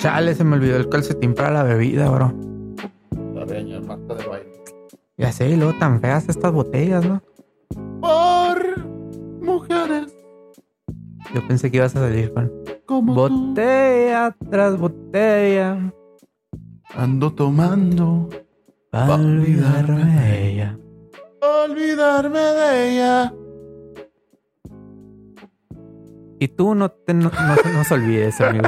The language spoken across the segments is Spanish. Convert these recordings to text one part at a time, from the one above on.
Chale, se me olvidó el calcetín para la bebida, bro. La de Marta de baile. Ya sé, y luego tan feas estas botellas, ¿no? Por mujeres Yo pensé que ibas a salir con como tú. botella tras botella. Ando tomando. Para Pa' olvidarme olvidarme de de ella. Olvidarme de ella. Y tú no, te, no, no se nos olvides, amigo.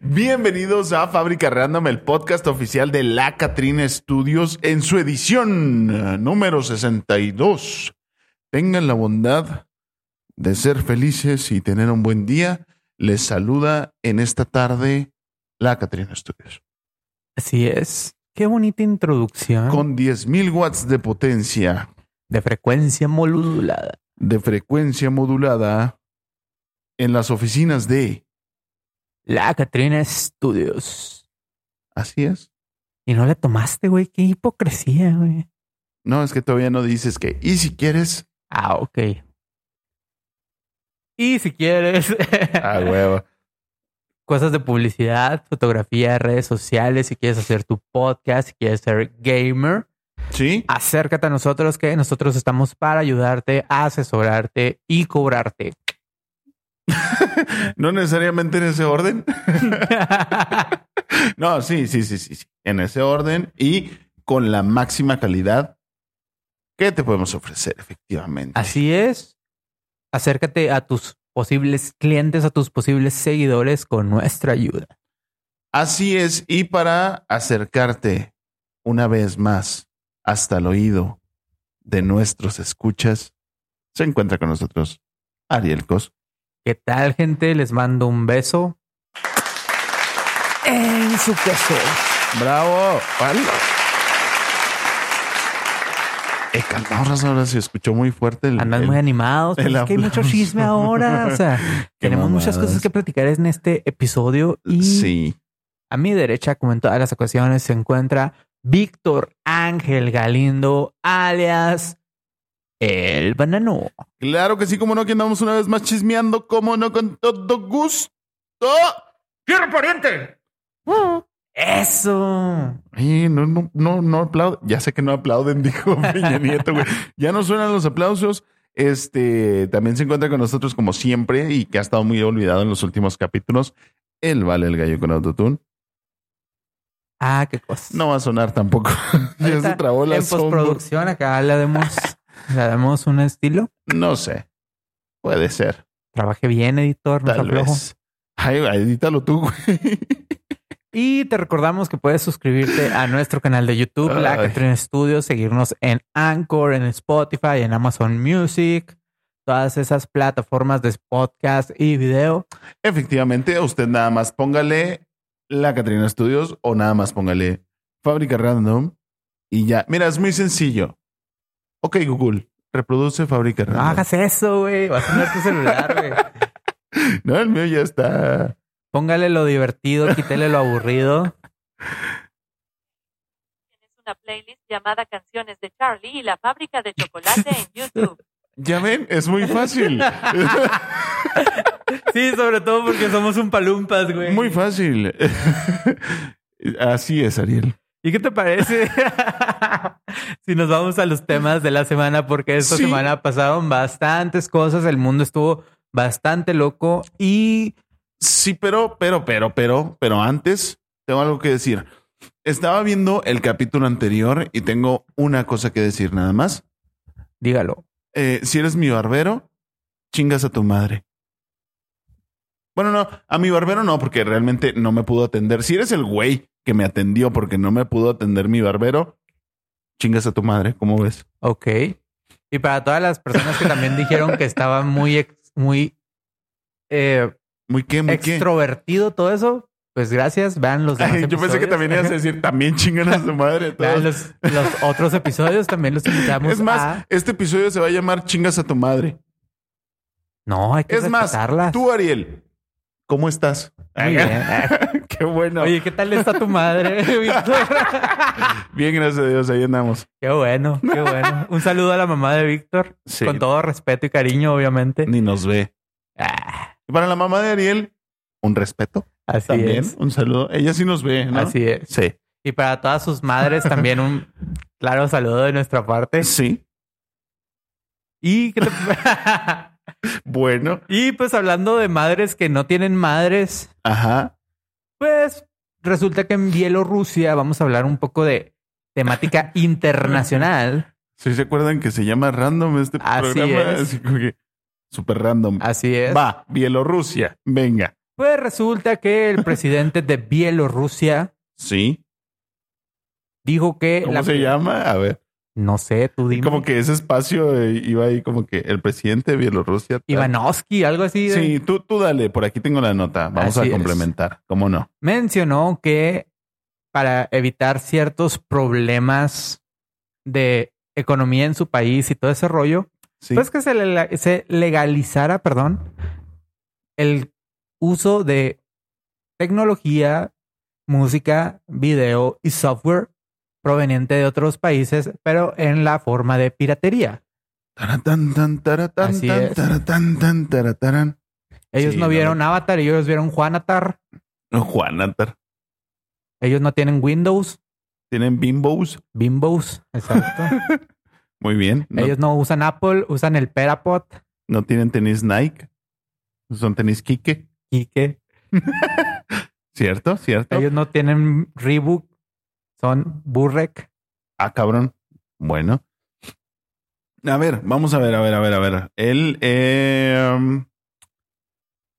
Bienvenidos a Fábrica Random, el podcast oficial de La Catrina Studios en su edición eh, número 62. Tengan la bondad de ser felices y tener un buen día. Les saluda en esta tarde La Catrina Studios. Así es. Qué bonita introducción. Con 10.000 watts de potencia, De frecuencia modulada. de frecuencia modulada, en las oficinas de... La Catrina Studios. Así es. Y no la tomaste, güey. Qué hipocresía, güey. No, es que todavía no dices que... Y si quieres... Ah, ok. Y si quieres, Ah, huevo. cosas de publicidad, fotografía, redes sociales, si quieres hacer tu podcast, si quieres ser gamer, ¿Sí? acércate a nosotros que nosotros estamos para ayudarte, asesorarte y cobrarte. No necesariamente en ese orden. No, sí, sí, sí, sí, sí. En ese orden y con la máxima calidad que te podemos ofrecer, efectivamente. Así es. Acércate a tus posibles clientes, a tus posibles seguidores con nuestra ayuda. Así es. Y para acercarte una vez más hasta el oído de nuestros escuchas, se encuentra con nosotros Ariel Cos. ¿Qué tal, gente? Les mando un beso. En su queso. ¡Bravo! ¡Palo! Eh, calmaos, ahora se escuchó muy fuerte el, Andan el- muy animados. pero el es que hay mucho aplauso. chisme ahora. O sea, tenemos muchas mamadas. cosas que platicar en este episodio. Y Sí. a mi derecha, como en todas las ocasiones, se encuentra Víctor Ángel Galindo, alias El Banano. Claro que sí, como no, que andamos una vez más chismeando, como no, con todo gusto. ¡Quiero pariente! ¡Eso! Ay, no, no, no, no aplauden. Ya sé que no aplauden, dijo Peña Nieto, güey. Ya no suenan los aplausos. Este también se encuentra con nosotros, como siempre, y que ha estado muy olvidado en los últimos capítulos. El vale el gallo con autotune. Ah, qué cosa. No va a sonar tampoco. ya se Ahorita, trabó la En sombra. postproducción, acá le damos, le damos un estilo. No sé. Puede ser. Trabaje bien, editor, no Tal sea flojo. vez. Ay, edítalo tú, güey. Y te recordamos que puedes suscribirte a nuestro canal de YouTube, La Ay. Catrina Studios, seguirnos en Anchor, en Spotify, en Amazon Music, todas esas plataformas de podcast y video. Efectivamente, usted nada más póngale la Catrina Studios o nada más póngale Fábrica Random y ya. Mira, es muy sencillo. Ok, Google, reproduce Fábrica No Random. hagas eso, güey. Vas a tener tu celular, güey. No, el mío ya está. Póngale lo divertido, quítale lo aburrido. Tienes una playlist llamada Canciones de Charlie y la fábrica de chocolate en YouTube. Ya ven, es muy fácil. Sí, sobre todo porque somos un palumpas, güey. muy fácil. Así es, Ariel. ¿Y qué te parece si nos vamos a los temas de la semana? Porque esta Sí. semana pasaron bastantes cosas, el mundo estuvo bastante loco y Sí, pero, pero, pero, pero, pero antes tengo algo que decir. Estaba viendo el capítulo anterior y tengo una cosa que decir nada más. dígalo. eh, si eres mi barbero, chingas a tu madre. Bueno, no, a mi barbero no, porque realmente no me pudo atender. Si eres el güey que me atendió porque no me pudo atender mi barbero, chingas a tu madre, ¿cómo ves? Ok. Y para todas las personas que también dijeron que estaba muy, ex- muy eh, Muy qué, muy qué. extrovertido todo eso, pues gracias. Vean los Ay, demás yo pensé que episodios. también ibas a decir, también chingan a tu madre. a Vean todos. los, los otros episodios también los invitamos Es más, a- este episodio se va a llamar Chingas a tu madre. No, hay que Es más, respetarlas. Tú, Ariel, ¿cómo estás? Muy bien. qué bueno. Oye, ¿qué tal está tu madre, Víctor? Bien, gracias a Dios, ahí andamos. Qué bueno, qué bueno. Un saludo a la mamá de Víctor, Sí. con todo respeto y cariño, obviamente. Ni nos ve. Ah, Y para la mamá de Ariel, un respeto. Así También es. un saludo. Ella sí nos ve, ¿no? Así es. Sí. Y para todas sus madres también un claro saludo de nuestra parte. Sí. Y, ¿qué te- Bueno, y pues hablando de madres que no tienen madres, ajá. pues resulta que en Bielorrusia vamos a hablar un poco de temática internacional. ¿Sí se acuerdan que se llama random este Así programa? es. Así como que super random. Así es. Va, Bielorrusia. Venga. Pues resulta que el presidente de Bielorrusia Sí. dijo que... ¿Cómo Eh, la- se llama? A ver. No sé, tú dime. Como que ese espacio eh, iba ahí como que el presidente de Bielorrusia. tal. Ivanovsky, algo así. de- Sí, tú, tú dale, por aquí tengo la nota. Vamos Así a es. complementar. ¿Cómo no? mencionó que para evitar ciertos problemas de economía en su país y todo ese rollo, Sí. pues que se, le- se legalizara, perdón, el uso de tecnología, música, video y software proveniente de otros países, pero en la forma de piratería. Taratán, tan, taratán, Así tan, es. taratán, tan, taratarán. Ellos Sí, no no. vieron Avatar, ellos vieron Juanatar, No, Juanatar. ellos no tienen Windows, Tienen bimbos. Bimbos, exacto. Muy bien. No, Ellos no usan Apple, usan el Perapod. no tienen tenis Nike. Son tenis Kike. y que ¿Cierto? ¿Cierto? ellos no tienen Reebok, son Burrek. Ah, cabrón. Bueno. A ver, vamos a ver, a ver, a ver, a ver. El, eh, um,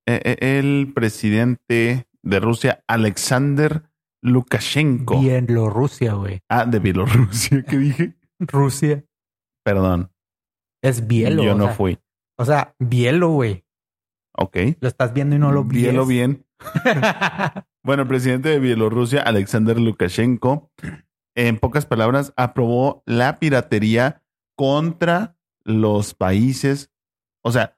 eh, eh, el presidente de Rusia, Alexander Lukashenko. Bielorrusia, güey. Ah, de Bielorrusia, ¿qué dije? Rusia. Perdón. Es bielo. yo o no sea, fui. O sea, bielo, güey. Ok. Lo estás viendo y no lo vies. Bielo bien. Bueno, el presidente de Bielorrusia, Alexander Lukashenko, en pocas palabras, aprobó la piratería contra los países, o sea,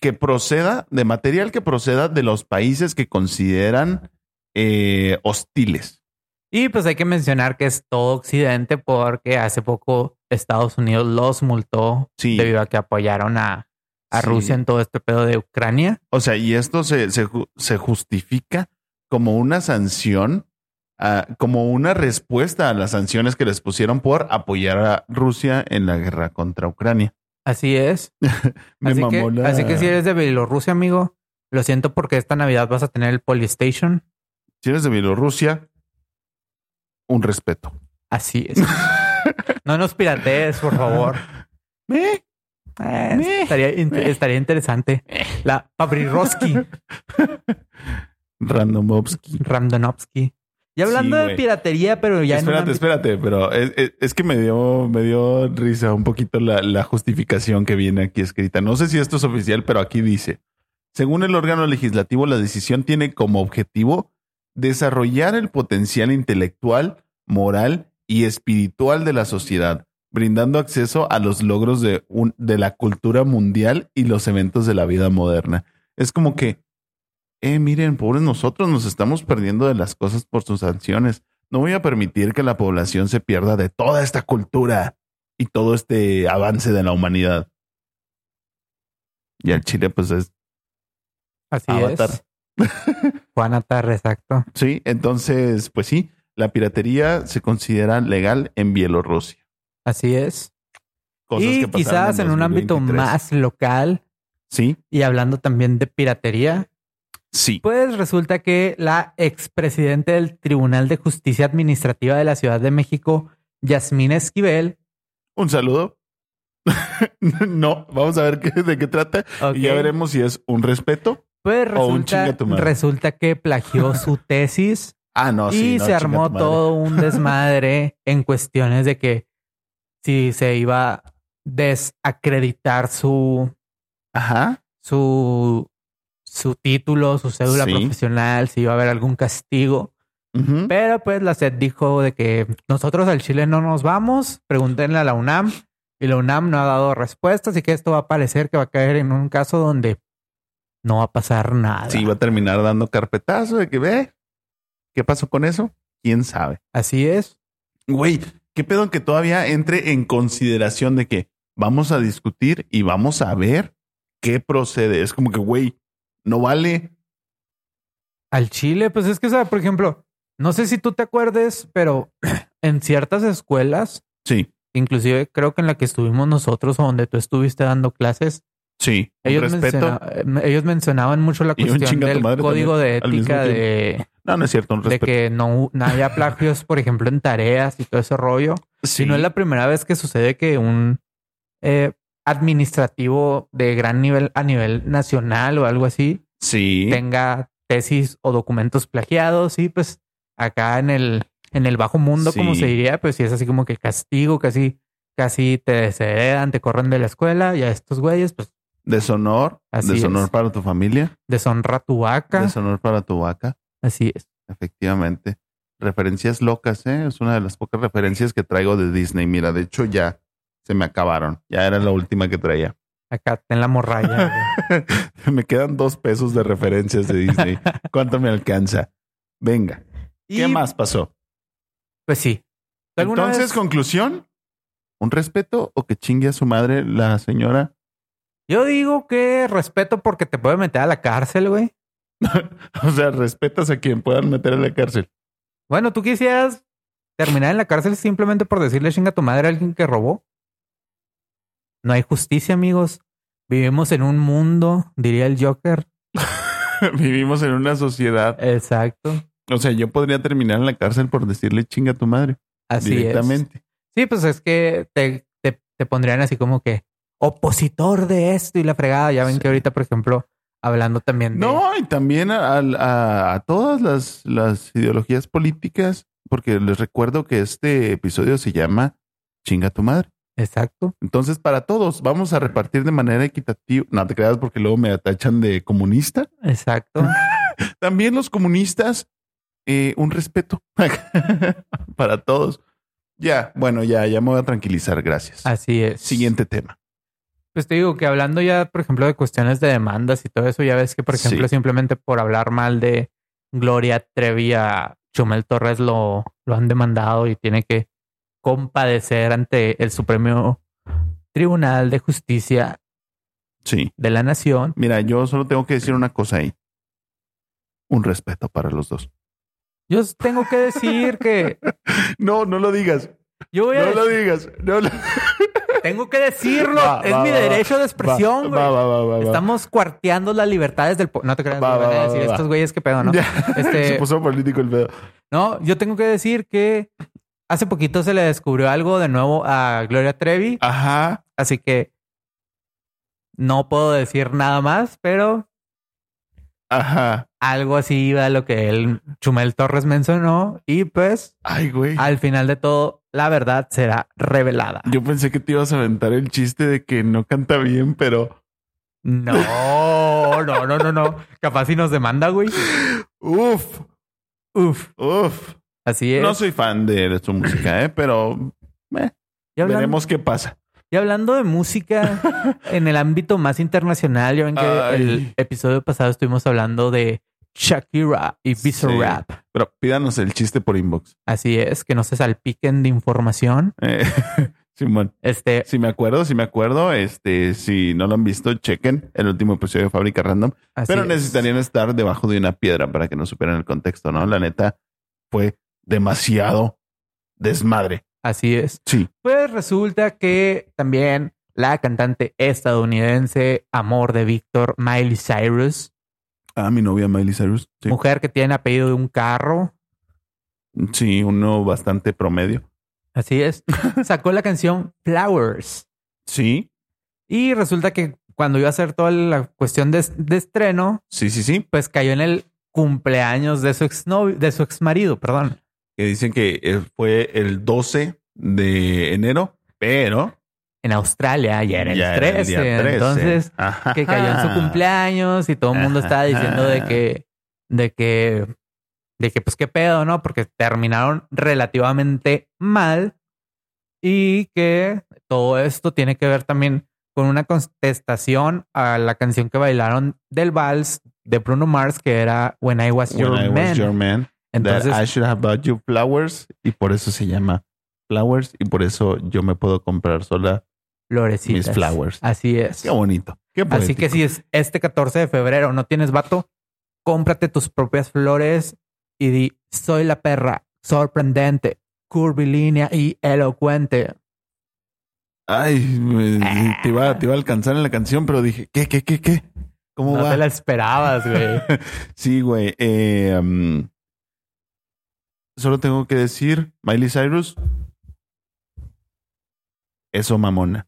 que proceda, de material que proceda de los países que consideran eh, hostiles. y pues hay que mencionar que es todo Occidente porque hace poco Estados Unidos los multó Sí. debido a que apoyaron a, a Sí. Rusia en todo este pedo de Ucrania. O sea, y esto se, se ju- se justifica como una sanción, ah, como una respuesta a las sanciones que les pusieron por apoyar a Rusia en la guerra contra Ucrania. Así es. Me así, que, mamó la- así que si eres de Bielorrusia, amigo, lo siento porque esta Navidad vas a tener el Polystation. Si eres de Bielorrusia, un respeto. Así es. No nos piratees, por favor. Eh, Meh. estaría, in- estaría interesante. La Pabrirovsky, Randomovsky. Ramdonovsky. Y hablando Sí, de güey. piratería, pero ya en un Espérate, ámbito- espérate, pero es, es- es que me dio, me dio risa un poquito la, la justificación que viene aquí escrita. No sé si esto es oficial, pero aquí dice, según el órgano legislativo, la decisión tiene como objetivo desarrollar el potencial intelectual, moral y espiritual de la sociedad, brindando acceso a los logros de, un- de la cultura mundial y los eventos de la vida moderna. Es como que, eh, miren, pobres nosotros nos estamos perdiendo de las cosas por sus sanciones. No voy a permitir que la población se pierda de toda esta cultura y todo este avance de la humanidad. Y al Chile, pues es Así Avatar. es. Juan Atar, exacto. Sí, entonces, pues sí, la piratería se considera legal en Bielorrusia. Así es. Cosas y que pasaron quizás en un ámbito 2023. más local Sí, y hablando también de piratería, sí. pues resulta que la expresidente del Tribunal de Justicia Administrativa de la Ciudad de México, Yasmín Esquivel, Un saludo. no, vamos a ver qué- de qué trata y ya ok, veremos si es un respeto. Pues O un resulta, chinga tu madre. resulta que plagió su tesis Ah, no, sí. y no, se chinga armó tu madre. todo un desmadre en cuestiones de que si se iba a desacreditar su, Ajá. su, su título, su cédula Sí. profesional, si iba a haber algún castigo. ujú. Pero pues la SED dijo de que nosotros al Chile no nos vamos, pregúntenle a la UNAM y la UNAM no ha dado respuesta, así que esto va a parecer que va a caer en un caso donde no va a pasar nada. Sí, va a terminar dando carpetazo de que ve. ¿Qué pasó con eso? ¿Quién sabe? Así es. Güey, qué pedo en que todavía entre en consideración de que vamos a discutir y vamos a ver qué procede. Es como que, güey, no vale. Al Chile, pues es que, o sea, por ejemplo, no sé si tú te acuerdes, pero en ciertas escuelas, Sí, inclusive creo que en la que estuvimos nosotros o donde tú estuviste dando clases, sí. Con ellos, respeto. menciona- eh, ellos mencionaban mucho la Y un cuestión chinga tu del madre código también, al de ética mismo de, No, no es cierto, un de respeto. que no, no haya plagios, por ejemplo, en tareas y todo ese rollo. Sí. Si no es la primera vez que sucede que un eh, administrativo de gran nivel a nivel nacional o algo así sí. tenga tesis o documentos plagiados y pues acá en el en el bajo mundo como Sí. se diría pues sí es así como que castigo casi casi te desheredan te corren de la escuela y a estos güeyes pues Deshonor. Así deshonor es. para tu familia. deshonra tu vaca Deshonor para tu vaca. así es Efectivamente. Referencias locas, ¿eh? Es una de las pocas referencias que traigo de Disney. Mira, de hecho ya se me acabaron. Ya era la última que traía. acá en la morralla güey. me quedan dos pesos de referencias de Disney. ¿Cuánto me alcanza? Venga. ¿Qué Y, más pasó? pues sí ¿Tú alguna Entonces, vez- conclusión. ¿Un respeto o que chingue a su madre la señora? yo digo que respeto porque te puede meter a la cárcel güey O sea, respetas a quien puedan meter a la cárcel. Bueno, tú quisieras terminar en la cárcel simplemente por decirle chinga a tu madre a alguien que robó. No hay justicia, amigos. Vivimos en un mundo, diría el Joker. Vivimos en una sociedad. Exacto. O sea, yo podría terminar en la cárcel por decirle chinga a tu madre Así directamente. es. Sí, pues es que te, te- te pondrían así como que opositor de esto y la fregada. Ya ven Sí. que ahorita, por ejemplo, hablando también de. No, y también a, a- a todas las, las ideologías políticas, porque les recuerdo que este episodio se llama Chinga tu madre. Exacto. Entonces, para todos, vamos a repartir de manera equitativa. No te creas porque luego me atachan de comunista. Exacto. También los comunistas, eh, un respeto para todos. Ya, bueno, ya, ya me voy a tranquilizar. Gracias. Así es. Siguiente tema. Pues te digo que hablando ya, por ejemplo, de cuestiones de demandas y todo eso, ya ves que, por ejemplo, Sí. simplemente por hablar mal de Gloria Trevi a Chumel Torres lo, lo han demandado y tiene que compadecer ante el Supremo Tribunal de Justicia Sí. de la Nación. Mira, yo solo tengo que decir una cosa ahí. Un respeto para los dos. Yo tengo que decir que No, no lo digas. yo voy a No lo dec- digas. No lo- tengo que decirlo. Va, es va, mi va, va. derecho de Va, expresión, güey. va, va, va, va, va. Estamos cuarteando las libertades del po- No te creas, Va, güey, van va, a va, decir va. estos güeyes que pedo, ¿no? Ya. Este- Se puso político el pedo. No, yo tengo que decir que hace poquito se le descubrió algo de nuevo a Gloria Trevi, Ajá. así que no puedo decir nada más, pero Ajá. algo así iba a lo que el Chumel Torres mencionó y pues Ay, güey. al final de todo la verdad será revelada. Yo pensé que te ibas a aventar el chiste de que no canta bien, pero. No, no, no, no, no. Capaz si nos demanda, güey. Uf, Uf, uf. así es. No soy fan de su música, ¿eh? pero eh, Y hablan- veremos qué pasa. Y hablando de música en el ámbito más internacional, ya ven que Ay. el episodio pasado estuvimos hablando de Shakira y Sí. Visa Rap. Pero pídanos el chiste por inbox. Así es, que no se salpiquen de información. Eh, Simón, Este, si me acuerdo, si me acuerdo, este, si no lo han visto, chequen el último episodio de Fábrica Random. así Pero es. necesitarían estar debajo de una piedra para que no supieran el contexto, ¿no? La neta fue demasiado desmadre. Así es. Sí. Pues resulta que también la cantante estadounidense Amor de Víctor, Miley Cyrus, Ah, mi novia Miley Cyrus. Sí, mujer que tiene apellido de un carro, sí uno bastante promedio. así es, sacó la canción Flowers. Sí, Y resulta que cuando iba a hacer toda la cuestión de, de estreno, sí, sí, sí. pues cayó en el cumpleaños de su ex de su ex marido, perdón. que dicen que eh, fue el 12 de enero, pero En Australia ya era el, 13, Entonces, que cayó en su cumpleaños y todo el mundo estaba diciendo de que, de que, de que, pues qué pedo, ¿no? Porque terminaron relativamente mal y que todo esto tiene que ver también con una contestación a la canción que bailaron del vals de Bruno Mars que era When I Was Your When I Man. was your man, Entonces, that I should have bought you flowers, y por eso se llama flowers, y por eso yo me puedo comprar sola florecitas. mis flowers. Así es. Qué bonito. Qué Así que poético. si es este 14 de febrero no tienes vato, cómprate tus propias flores y di, soy la perra sorprendente, curvilínea y elocuente. Ay, me- Ah. te iba, te iba a alcanzar en la canción, pero dije, ¿qué, qué, qué, qué? ¿Cómo No va? te la esperabas, güey. Sí, güey. eh, mm, solo tengo que decir, Miley Cyrus. Eso, mamona.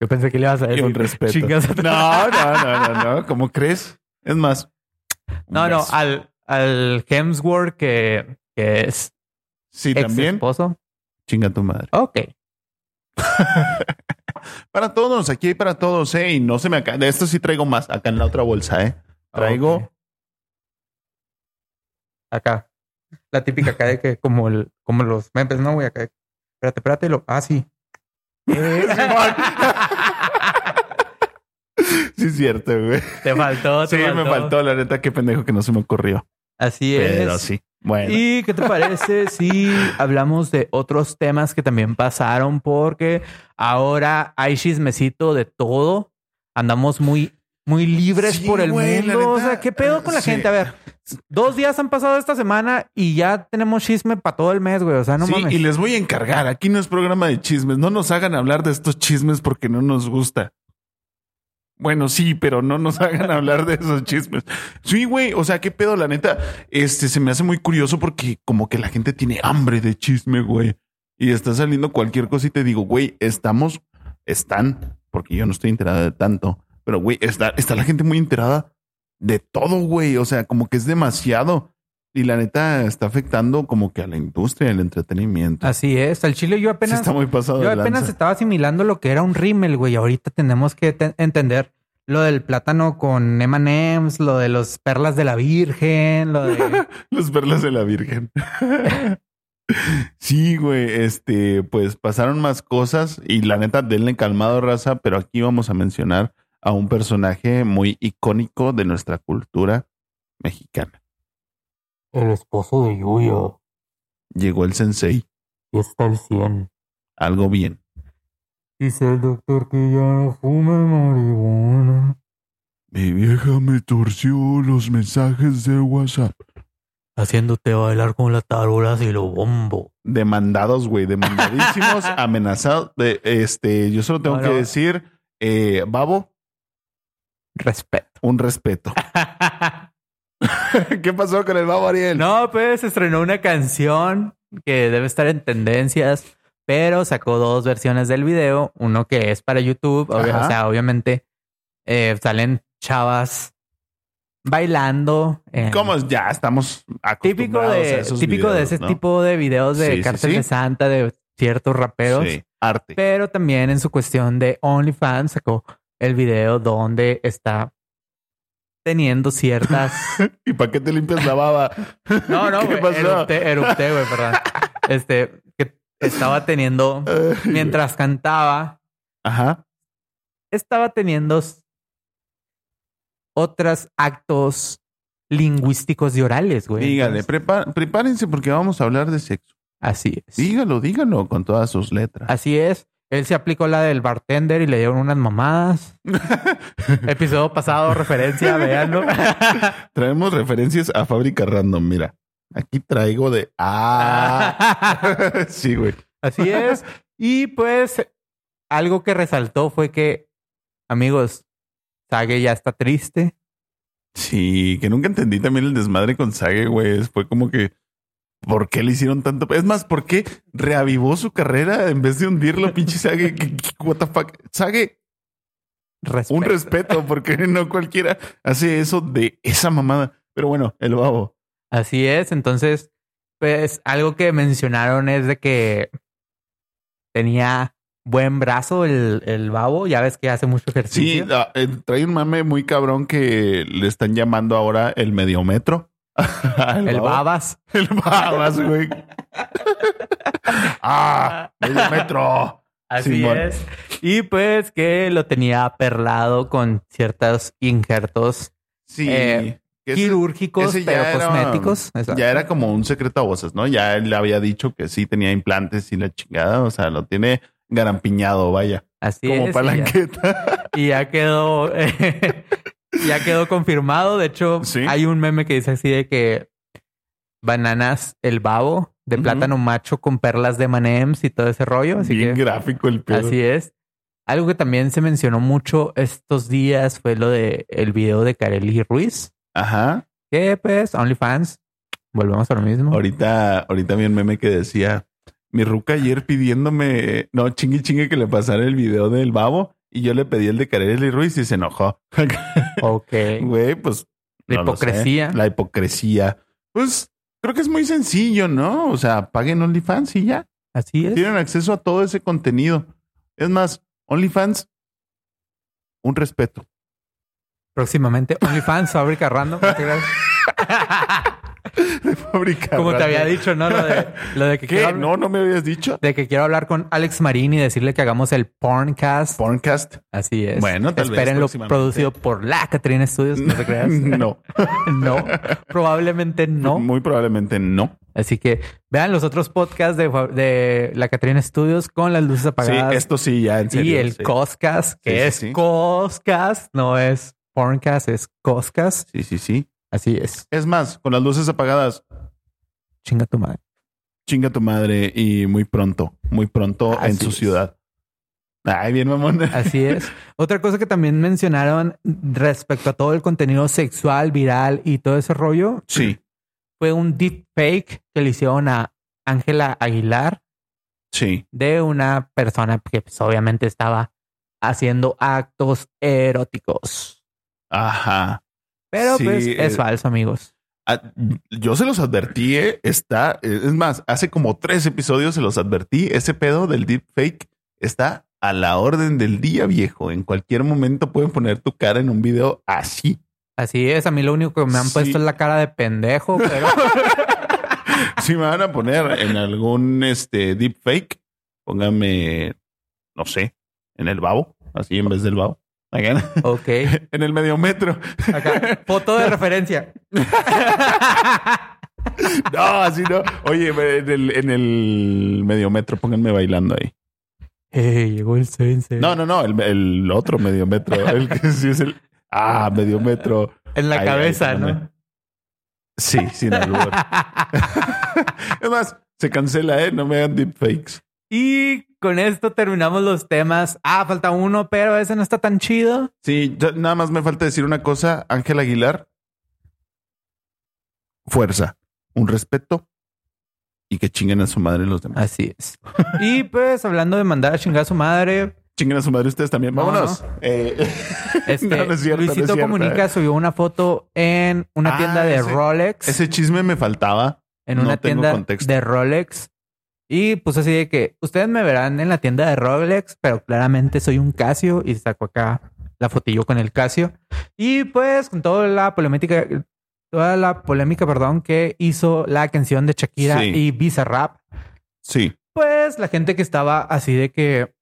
Yo pensé que le ibas a Y decir. un respeto. Chingas a tu- No, no, no, no, no. ¿Cómo crees? Es más. un No, no, beso. al, al Hemsworth que, que es Sí, ex también. esposo. Chinga tu madre. Ok. Para todos, aquí hay para todos, ¿eh? Y no se me acaba. De esto sí traigo más acá en la otra bolsa, ¿eh? Traigo. Ok. Acá. La típica acá de que como el, como los memes, no, güey, acá. de- Espérate, espérate. Lo, ah, sí. Sí, es cierto, güey. Te faltó, Sí, te me faltó, la neta, qué pendejo que no se me ocurrió. Así es. Pero sí. Bueno. ¿Y qué te parece si hablamos de otros temas que también pasaron? Porque ahora hay chismecito de todo. Andamos muy, muy libres Sí, por el güey, la mundo. O neta, sea, ¿qué pedo con la sí. gente? A ver, dos días han pasado esta semana y ya tenemos chisme para todo el mes, güey. O sea, no sí, mames. y les voy a encargar. Aquí no es programa de chismes. No nos hagan hablar de estos chismes porque no nos gusta. Bueno, sí, pero no nos hagan hablar de esos chismes. Sí, güey. O sea, qué pedo, la neta. Este se me hace muy curioso porque como que la gente tiene hambre de chisme, güey. Y está saliendo cualquier cosa y te digo, güey, estamos, están, porque yo no estoy enterada de tanto, pero güey, está, está la gente muy enterada de todo, güey. O sea, como que es demasiado. Y la neta está afectando como que a la industria del entretenimiento. Así es. Al chile yo Sí apenas, está muy pasado. yo de apenas lanza. estaba asimilando lo que era un rímel, güey. Ahorita tenemos que te- entender lo del plátano con M&M's, lo de los perlas de la Virgen, lo de... Las perlas de la Virgen. sí, güey. Este, pues pasaron más cosas y la neta, denle calmado, raza, pero aquí vamos a mencionar a un personaje muy icónico de nuestra cultura mexicana. El esposo de Yuyo Llegó el sensei, y está al 100. algo bien. Dice el doctor que ya no fume marihuana. Mi vieja me torció los mensajes de WhatsApp. Haciéndote bailar con las tarolas y lo bombo. Demandados, güey, demandadísimos, amenazados. De, este, yo solo tengo Bueno. que decir, eh, Babo, Respeto. un respeto. ¿Qué pasó con el Babo Ariel? No, pues estrenó una canción que debe estar en tendencias, pero sacó dos versiones del video. Uno que es para YouTube, obvia- Ajá. o sea, obviamente eh, salen chavas bailando. en- Como ya estamos Típico acostumbrados a de, esos típico de videos, ese ¿no? tipo de videos de Sí, sí, Cárcel sí. de Santa, de ciertos raperos. Sí, arte. Pero también en su cuestión de OnlyFans sacó el video donde está teniendo ciertas ¿Y para qué te limpias la baba? No, no, ¿Qué güey. pasó? Erupté, erupté, güey, perdón. Este, que estaba teniendo, Ay, güey. mientras cantaba, Ajá. estaba teniendo s- otros actos lingüísticos y orales, güey. Dígale, Entonces, prepa- prepárense porque vamos a hablar de sexo. Así es. Dígalo, dígalo con todas sus letras. Así es. Él se aplicó la del bartender y le dieron unas mamadas. Episodio pasado, referencia, veanlo. Traemos referencias a Fábrica Random, mira. Aquí traigo de... Ah. sí, güey. Así es. Y pues algo que resaltó fue que, amigos, Sage ya está triste. Sí, que nunca entendí también el desmadre con Sage, güey. Fue como que, ¿por qué le hicieron tanto? Es más, ¿por qué reavivó su carrera en vez de hundirlo, pinche Sage? ¿Qué- qué- What the fuck? Sage, Respeto. un respeto, porque no cualquiera hace eso de esa mamada. Pero bueno, el babo. Así es. Entonces, pues algo que mencionaron es de que tenía buen brazo el, el babo. Ya ves que hace mucho Sí, ejercicio. ah, eh, trae un mame muy cabrón que le están llamando ahora el mediometro. Al el Babo. babas. El babas, güey. ah, mediometro. Así Simón. es. Y pues que lo tenía perlado con ciertos injertos Sí. Eh, que ese- quirúrgicos, ese ya pero era- cosméticos. Exacto. Ya era como un secreto a voces, ¿no? Ya él le había dicho que sí tenía implantes y la chingada, o sea, lo tiene garampiñado, vaya, Así como es, y ya- palanqueta. Y ya quedó eh, ya quedó confirmado. De hecho, Sí. hay un meme que dice así de que bananas el babo de Ujú. plátano macho con perlas de manems y todo ese rollo. Así Bien que gráfico el pedo. así es. Algo que también se mencionó mucho estos días fue lo de el video de Kareli Ruiz. Ajá. Que pues, OnlyFans, volvemos a lo mismo. Ahorita, ahorita vi un meme que decía mi ruca ayer pidiéndome, no, chingue chingue que le pasara el video del babo y yo le pedí el de Kareli Ruiz y se enojó. Ok. Güey, pues La no lo sé. hipocresía. La hipocresía. Pues creo que es muy sencillo, ¿no? O sea, paguen OnlyFans y ya. Así es. Tienen acceso a todo ese contenido. Es más, OnlyFans, un respeto. Próximamente, OnlyFans, fábrica random. Muchas gracias. De fábrica. Como te Random. había dicho, ¿no? Lo de, lo de que ¿Qué? quiero hablar- No, no me habías dicho. de que quiero hablar con Alex Marín y decirle que hagamos el porncast. Porncast. Así es. Bueno, tal vez Espérenlo próximamente. producido por la Catrina Studios, no te creas. No, no, probablemente no. Muy probablemente no. Así que vean los otros podcasts de, de la Catrina Studios con las luces Sí, apagadas esto sí, ya en serio. y el sí. Coscast, que Sí, sí, es sí. Coscast, no es porncast, es Coscast. Sí, sí, sí. Así es. Es más, con las luces apagadas, Chinga tu madre. chinga tu madre y muy pronto, muy pronto Así en su es. ciudad. Ay, bien, mamón. Así es. Otra cosa que también mencionaron respecto a todo el contenido sexual, viral y todo ese rollo Sí, fue un deep fake que le hicieron a Ángela Aguilar sí. de una persona que pues, obviamente estaba haciendo actos eróticos. Ajá. Pero Sí, pues es eh, falso, amigos. Ah, Yo se los advertí, ¿eh? está, es más, hace como tres episodios se los advertí, ese pedo del deepfake está a la orden del día viejo, en cualquier momento pueden poner tu cara en un video así. Así es, a mí lo único que me han Sí. puesto es la cara de pendejo, pero Si me van a poner en algún este deepfake, póngame, no sé, en el babo, así en vez del babo, Acá, ok. en el medio metro. Acá, foto de referencia. No, así no. Oye, en el, en el medio metro, pónganme bailando ahí. Eh, llegó el sense. No, no, no, el, el otro medio metro. El que sí es el. Ah, medio metro. En la Ahí, cabeza, ahí, ¿no? espérame. Sí, sin albur. es más, se cancela, ¿eh? No me hagan deepfakes. Y con esto terminamos los temas. Ah, falta uno, pero ese no está tan chido. Sí, ya nada más me falta decir una cosa. Ángel Aguilar. Fuerza, un respeto y que chinguen a su madre los demás. Así es. Y pues hablando de mandar a chingar a su madre, Ah, Chinguen a su madre ustedes también. No, Vámonos. Eh, este, No, no es cierto, no es Luisito cierto. eh. Comunica subió una foto en una Ah, tienda de ese- Rolex. ese chisme me faltaba. en no una tengo tienda contexto. de Rolex. Y puso así de que ustedes me verán en la tienda de Rolex, pero claramente soy un Casio. Y sacó acá la fotillo con el Casio. Y pues con toda la polémica, toda la polémica, perdón, que hizo la canción de Shakira Sí. y Bizarrap, Sí, pues la gente que estaba así de que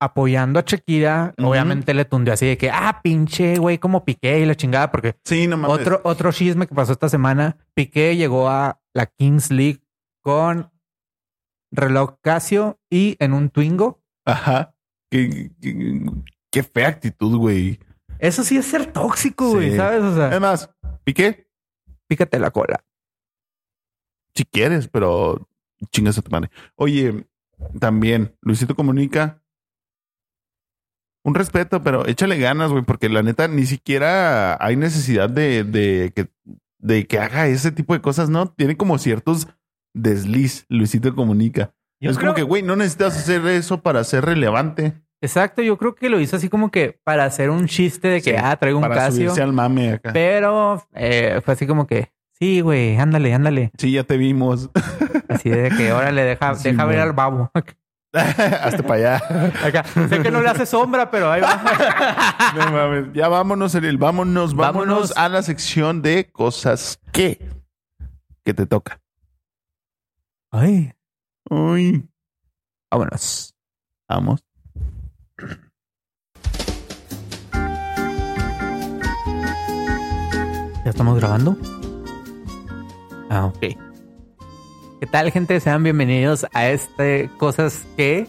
apoyando a Shakira, Ujú. obviamente le tundió así de que, ah, pinche güey, como piqué y la chingada, porque sí, no mames. otro, otro chisme que pasó esta semana. Piqué llegó a la Kings League con reloj Casio y en un Twingo. Ajá. Qué, qué- qué fea actitud, güey. Eso sí es ser tóxico, güey, Sí. Em, ¿sabes? O sea, Además, piqué, pícate la cola. si quieres, pero chingas a tu madre. Oye, también, Luisito comunica. Un respeto, pero échale ganas, güey, porque la neta ni siquiera hay necesidad de, de que, de que haga ese tipo de cosas, ¿no? Tiene como ciertos desliz, Luisito comunica. es como que, güey, no necesitas hacer eso para ser relevante, Exacto, yo creo que lo hizo así como que para hacer un chiste de que, Sí, ah, traigo un para Casio. subirse al mame acá. Pero eh, fue así como que, sí, güey, ándale, ándale. Sí, ya te vimos. Así de que ahora le deja, Sí, deja ver güey. al babo. Hasta para allá. Acá. Sé que no le hace sombra, pero ahí va. No mames. Ya vámonos, Ariel. Vámonos, vámonos, Vámonos. a la sección de cosas que, que te toca. Ay, Uy. vámonos. Vamos. ¿Ya estamos grabando? Ah, ok. ¿Qué tal, gente? Sean bienvenidos a este Cosas que.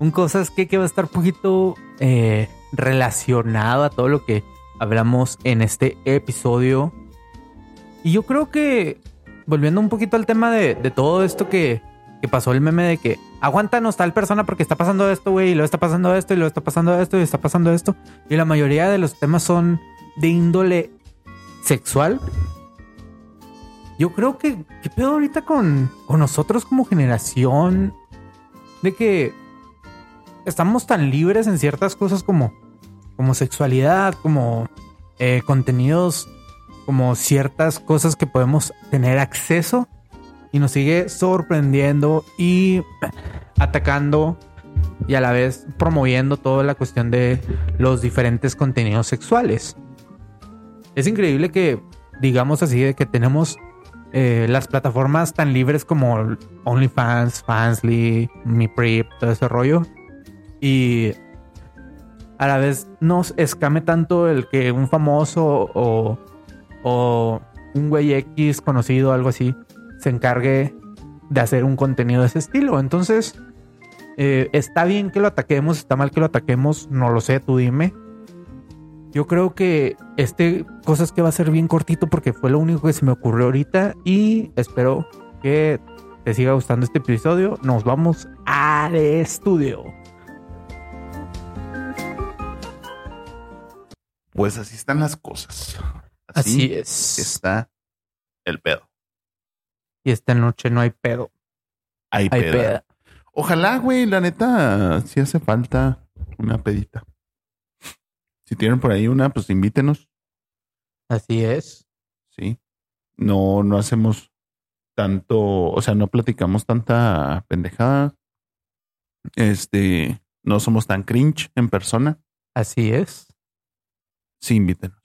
Un Cosas que, que va a estar un poquito eh, relacionado a todo lo que hablamos en este episodio. Y yo creo que, volviendo un poquito al tema de, de todo esto que, que pasó, el meme de que aguántanos tal persona porque está pasando esto, güey, y luego está pasando esto, y luego está pasando esto, y está pasando esto. Y la mayoría de los temas son de índole sexual. Yo creo que, ¿qué pedo ahorita con, con nosotros como generación? De que estamos tan libres en ciertas cosas como, como sexualidad, como eh, contenidos, como ciertas cosas que podemos tener acceso y nos sigue sorprendiendo y atacando y a la vez promoviendo toda la cuestión de los diferentes contenidos sexuales. Es increíble que digamos así de que tenemos eh, las plataformas tan libres como OnlyFans, Fansly, MiPrip, todo ese rollo y a la vez nos escame tanto el que un famoso o, o un güey X conocido, algo así, se encargue de hacer un contenido de ese estilo. Entonces, eh, está bien que lo ataquemos, está mal que lo ataquemos, no lo sé, tú dime. Yo creo que este cosas que va a ser bien cortito porque fue lo único que se me ocurrió ahorita y espero que te siga gustando este episodio. Nos vamos al estudio. Pues así están las cosas. Así, Así, es. está el pedo. Y esta noche no hay pedo. Hay Hay pedo. peda. Ojalá, güey, la neta, si hace falta una pedita. Si tienen por ahí una, pues invítenos. Así es. Sí. No, no hacemos tanto, o sea, no platicamos tanta pendejada. Este, no somos tan cringe en persona. Así es. Sí, invítenos.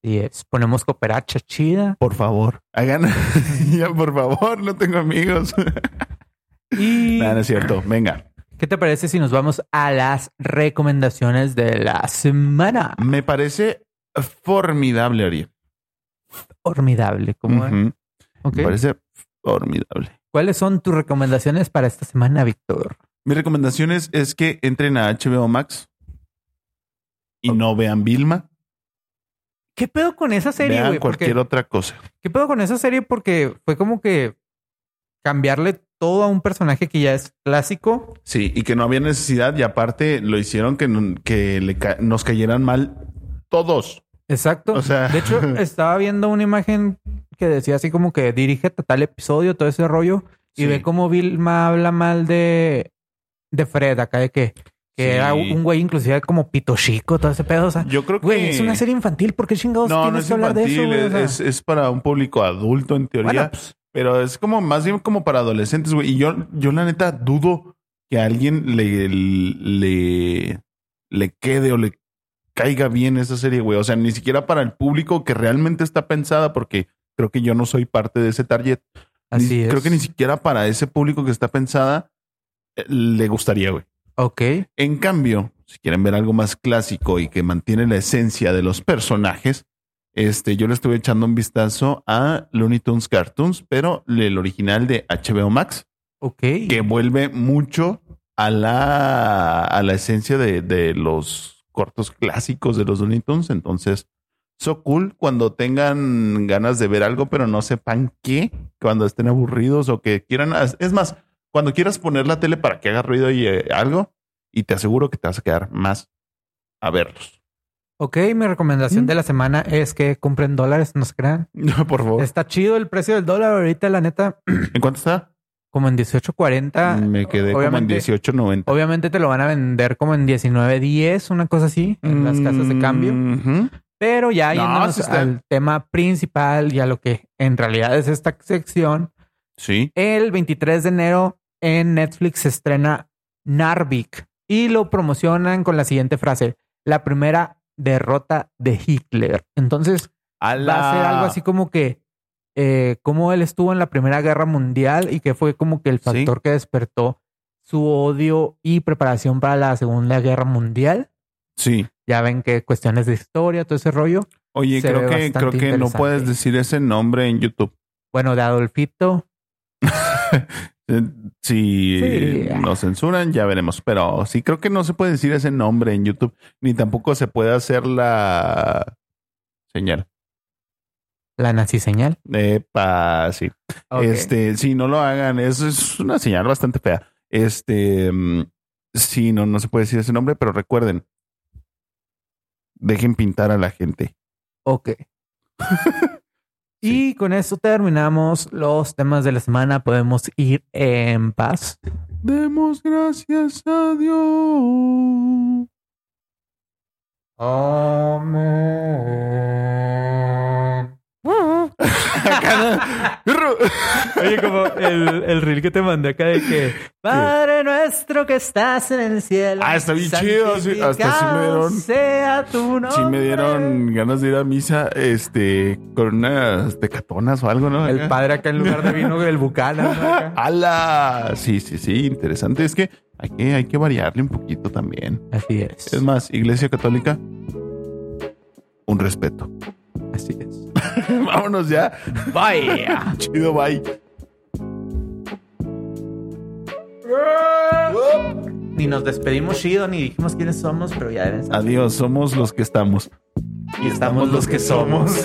Así es. Ponemos cooperacha chida. Por favor. Hagan, ya, por favor, no tengo amigos. Y Nada, no es cierto. Venga. ¿qué te parece si nos vamos a las recomendaciones de la semana? Me parece formidable, Ariel. Formidable. ¿cómo es? Ujú. Ok. Me parece formidable. ¿Cuáles son tus recomendaciones para esta semana, Víctor? Mi recomendación es, es que entren a HBO Max y no vean Vilma. ¿Qué pedo con esa serie, vean güey? Porque- cualquier otra cosa. ¿Qué pedo con esa serie? Porque fue como que cambiarle todo a un personaje que ya es clásico. Sí, y que no había necesidad y aparte lo hicieron que, no- que le ca- nos cayeran mal todos. Exacto. O sea- De hecho, estaba viendo una imagen que decía así como que dirige a tal episodio, todo ese rollo, y Sí. ve cómo Vilma habla mal de, de Fred acá, de que, que Sí. era un güey inclusive como pito chico, todo ese pedo. O sea, Yo creo que... güey, es una serie infantil, ¿por qué chingados No, tienes no es que hablar de infantil, eso? güey? O sea, es, es para un público adulto en teoría, bueno, pues, pero es como más bien como para adolescentes, güey. Y yo, yo la neta dudo que a alguien le, le, le quede o le caiga bien esa serie, güey. O sea, ni siquiera para el público que realmente está pensada, porque creo que yo no soy parte de ese target. Ni- así es. Creo que ni siquiera para ese público que está pensada eh, le gustaría, güey. Ok, En cambio, si quieren ver algo más clásico y que mantiene la esencia de los personajes, este, yo le estuve echando un vistazo a Looney Tunes Cartoons, pero el original de HBO Max, ok. que vuelve mucho a la, a la esencia de, de los cortos clásicos de los Looney Tunes. Entonces, so cool cuando tengan ganas de ver algo, pero no sepan qué, cuando estén aburridos o que quieran. Es más, cuando quieras poner la tele para que haga ruido y eh, algo, y te aseguro que te vas a quedar más a verlos. Ok, mi recomendación Mm. de la semana es que compren dólares, no se crean. No, por favor. Está chido el precio del dólar ahorita, la neta, ¿En cuánto está? como en 18.40. Me quedé como en Ah, obviamente- 18.90. Obviamente te lo van a vender como en 19.10, una cosa así, en las casas de cambio. Ujú. Pero ya Mm. No, yéndonos sí está. al tema principal y a lo que en realidad es esta sección, Sí. el 23 de enero en Netflix se estrena Narvik y lo promocionan con la siguiente frase, la primera derrota de Hitler. Entonces va a ser algo así como que eh, como él estuvo en la Primera Guerra Mundial y que fue como que el factor que despertó su odio y preparación para la Segunda Guerra Mundial. Sí. Ya ven que cuestiones de historia, todo ese rollo. Oye, Se creo ve que, bastante creo que no interesante. puedes decir ese nombre en YouTube. Bueno, de Adolfito. Eh, Si Sí. eh, nos censuran, ya veremos. Pero sí, creo que no se puede decir ese nombre en YouTube, ni tampoco se puede hacer la Señal. La nazi señal. Epa, sí. Ok. Este, sí, no lo hagan. Es, es una señal bastante fea. Este, mm, sí, no, no se puede decir ese nombre, pero recuerden. Dejen pintar a la gente. Ok. y con eso terminamos los temas de la semana. Podemos ir en paz. Demos gracias a Dios. Amén. Oye, como el, el reel que te mandé acá de que Padre nuestro que estás en el cielo. Ah, está bien chido, sí, hasta sí me dieron- santificado Sea tu nombre. Sí me dieron ganas de ir a misa, este, con unas tecatonas o algo, ¿no? El Acá. padre acá en lugar de vino el bucana. ¿no? Acá. ¡Hala! Sí, sí, sí, interesante. Es que hay que, hay que variarle un poquito también. Así es. Es más, Iglesia Católica, un respeto. Así es. Vámonos ya. Vaya. Chido, bye. Ni nos despedimos chido, ni dijimos quiénes somos, pero ya deben saber. Adiós, somos los que estamos. Y estamos los que somos.